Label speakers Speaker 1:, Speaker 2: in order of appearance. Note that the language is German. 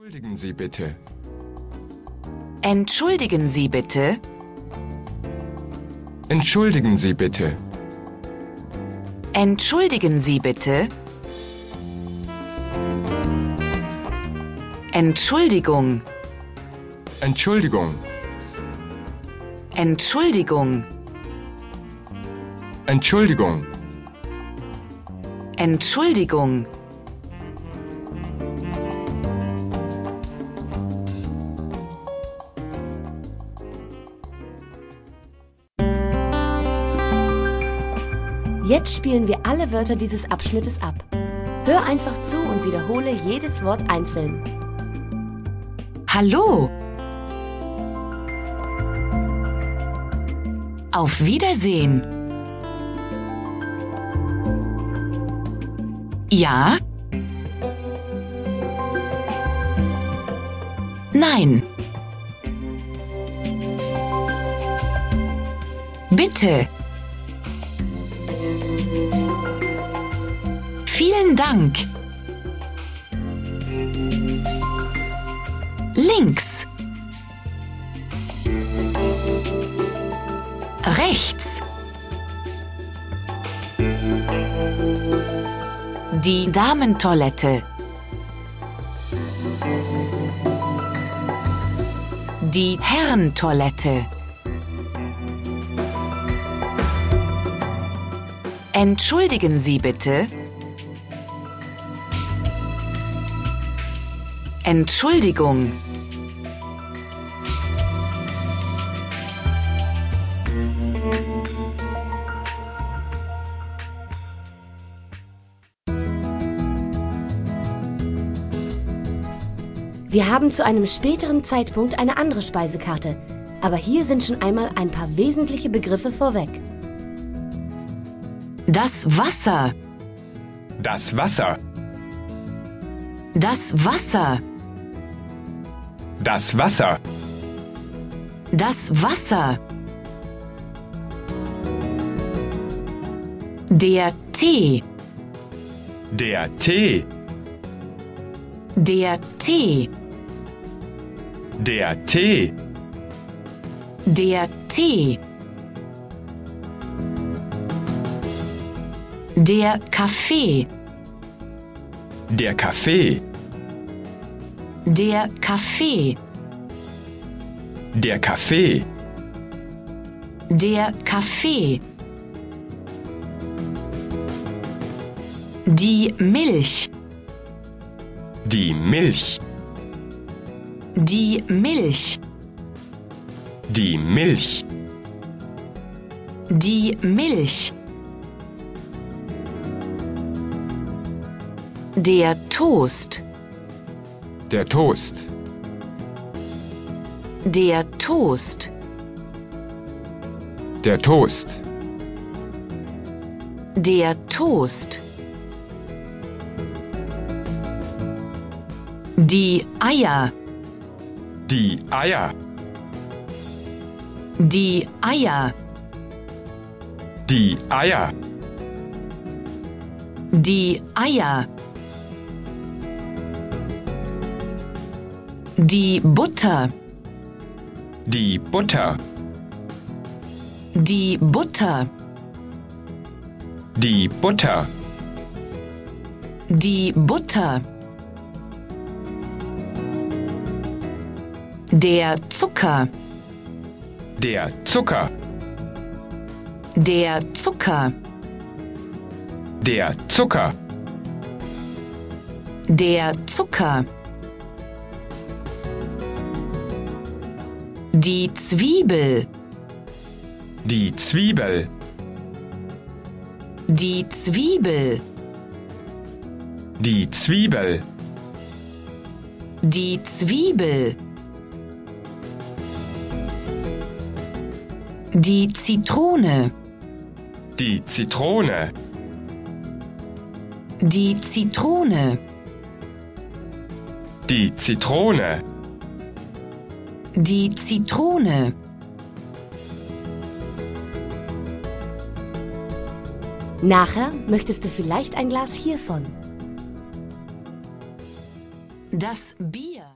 Speaker 1: Entschuldigen Sie bitte.
Speaker 2: Entschuldigen Sie bitte.
Speaker 1: Entschuldigen Sie bitte.
Speaker 2: Entschuldigen Sie bitte. Entschuldigung.
Speaker 1: Entschuldigung.
Speaker 2: Entschuldigung.
Speaker 1: Entschuldigung.
Speaker 2: Entschuldigung.
Speaker 3: Jetzt spielen wir alle Wörter dieses Abschnittes ab. Hör einfach zu und wiederhole jedes Wort einzeln.
Speaker 2: Hallo. Auf Wiedersehen. Ja. Nein. Bitte. Vielen Dank. Links. Rechts. Die Damentoilette. Die Herrentoilette. Entschuldigen Sie bitte. Entschuldigung.
Speaker 3: Wir haben zu einem späteren Zeitpunkt eine andere Speisekarte, aber hier sind schon einmal ein paar wesentliche Begriffe vorweg.
Speaker 2: Das Wasser.
Speaker 1: Das Wasser.
Speaker 2: Das Wasser.
Speaker 1: Das Wasser.
Speaker 2: Das Wasser. Der Tee.
Speaker 1: Der Tee.
Speaker 2: Der Tee.
Speaker 1: Der Tee.
Speaker 2: Der Tee. Der Kaffee.
Speaker 1: Der Kaffee.
Speaker 2: Der Kaffee.
Speaker 1: Der Kaffee.
Speaker 2: Der Kaffee. Die Milch.
Speaker 1: Die Milch.
Speaker 2: Die Milch.
Speaker 1: Die Milch.
Speaker 2: Die Milch. Der Toast.
Speaker 1: Der Toast.
Speaker 2: Der Toast.
Speaker 1: Der Toast.
Speaker 2: Der Toast. Die Eier.
Speaker 1: Die Eier.
Speaker 2: Die Eier.
Speaker 1: Die Eier.
Speaker 2: Die Eier. Die Butter.
Speaker 1: Die Butter.
Speaker 2: Die Butter.
Speaker 1: Die Butter.
Speaker 2: Die Butter. Der Zucker.
Speaker 1: Der Zucker.
Speaker 2: Der Zucker.
Speaker 1: Der Zucker.
Speaker 2: Der Zucker. Die Zwiebel.
Speaker 1: Die Zwiebel.
Speaker 2: Die Zwiebel.
Speaker 1: Die Zwiebel.
Speaker 2: Die Zwiebel. Die Zitrone.
Speaker 1: Die Zitrone.
Speaker 2: Die Zitrone.
Speaker 1: Die Zitrone.
Speaker 2: Die Zitrone.
Speaker 3: Nachher möchtest du vielleicht ein Glas hiervon.
Speaker 2: Das Bier.